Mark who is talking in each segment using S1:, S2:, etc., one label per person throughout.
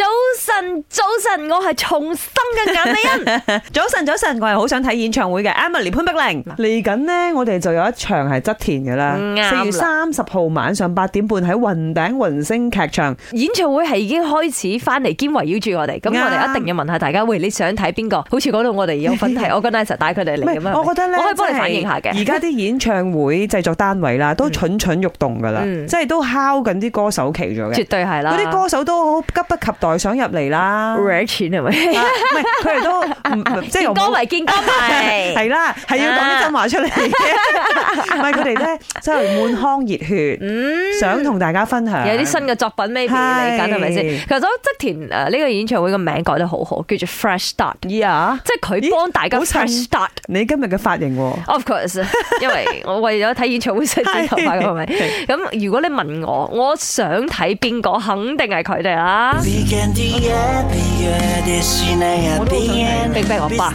S1: 晨，早晨，我係重生嘅眼美 欣。
S2: 早晨，早晨，我係好想睇演唱會嘅 Emily 潘碧玲。
S3: 嚟緊呢，我哋就有一場係側田嘅啦，
S1: 嗯啱啦
S3: 四月三十號晚上八點半喺雲頂雲星劇場。
S1: 演唱會係已經開始翻嚟，兼圍繞住我哋，咁我哋一定要問下大家，喂，你想睇邊個？好似嗰度我哋有份 係 organizer 帶佢哋嗯嚟咁
S3: 唔係
S1: 樣，
S3: 我覺得咧，
S1: 我可以幫你
S3: 真係
S1: 反映下嘅
S3: 而家啲演唱會製作單 位啦，都蠢蠢欲動噶啦，
S1: 嗯
S3: 即係都敲緊啲歌手期咗嘅啊
S1: 絕。 對係啦。啊
S3: 嗰啲歌手都好急不及待想入嚟啦，唔
S1: rare 錢係咪？
S3: 係佢哋都唔啊即係
S1: 見
S3: 我冇
S1: 歌為見歌迷，
S3: 係啦，係要講啲真話出 嚟嘅，唔係佢哋咧真係滿腔熱血，
S1: 嗯，
S3: 想同大家分 享
S1: 有啲新嘅作品 maybe
S3: 係
S1: 嚟緊係咪先？其實我側田誒呢個演唱會個名改得好好，叫做 Fresh Start，
S3: 呀
S1: 即係佢
S3: 啊咦
S1: 幫大家
S3: 好襯
S1: Fresh Start。
S3: 你今日嘅髮型喎，
S1: Of course，因 為我為咗睇演唱會所以剪頭髮㗎係咪？咁如果你問我，我想睇邊個，肯定係佢哋啦。
S4: 我都好想睇，
S1: 逼逼我爸，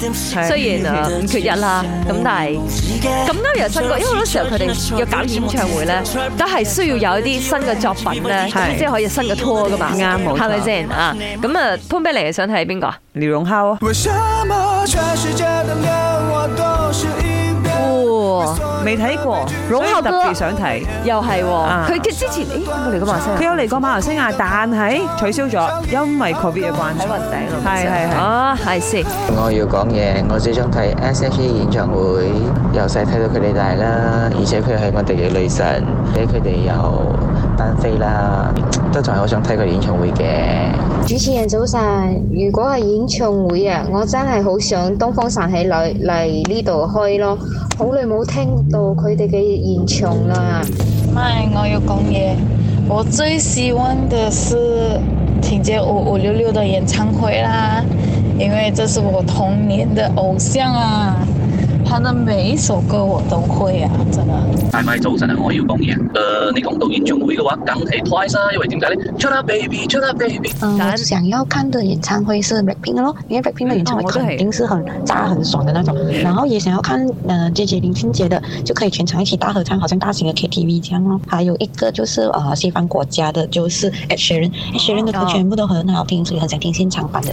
S1: 雖然啊五缺一啦，咁但係咁啱又新歌，因為好多時候佢哋要搞演唱會咧，都係需要有啲新嘅作品咧，
S3: 係
S1: 先可以新嘅 tour 噶嘛，
S3: 啱冇錯
S1: 係咪先啊？咁啊，潘碧玲想睇邊個啊？
S3: 廖永孝啊，
S5: 为什么全世界的脸我都是一
S3: 哦
S5: 遍？
S1: 哇，
S3: 未睇過，
S1: 容
S3: 所以
S1: 孝
S3: 特
S1: 哥
S3: 別想睇。
S1: 哦又係喎，
S3: 啊
S1: 佢嘅之前誒有冇嚟過馬來西亞
S3: 佢有啊嚟過馬來西亞，但係取消咗，因為 Covid 嘅關係。
S1: 喺雲頂咯，
S3: 係係係。
S1: 啊，係先。
S6: 我要講嘢，我最中睇 S.H.E 演唱會，由細睇到佢哋大啦，而且佢係我哋嘅女神，而且佢哋又單飛啦，都仲係好想睇佢哋演唱會嘅。
S7: 主持人早晨，如果係演唱會啊，我真係好想東方神起嚟嚟呢度開咯，好耐冇聽到佢哋嘅現場啦。
S8: 麦，我有公爷。我最希望的是听见五五六六的演唱会啦，因为这是我童年的偶像啊，他的每一首歌我都会啊，真的。
S9: 係咪早晨啊？我要講嘢。誒、你講到演唱會嘅話，梗係 Twice 啦，因為點解咧？Shut up baby，Shut up baby。
S10: 嗯，
S1: 感
S10: 我想要看的演唱会是 Blackpink 的咯，因为 Blackpink 的演唱
S1: 哦
S10: 会
S1: 我都
S10: 肯定是很炸、很爽的那种。
S1: 嗯
S10: 然后也想要看呃 J J 林俊杰的，就可以全场一起大合唱，好像大型的 K T V 这样咯。还有一个就是呃
S1: 哦
S10: 西方国家的，就是 Ed Sheeran，Ed Sheeran 的歌全部都很好听，所以很想听现场版的。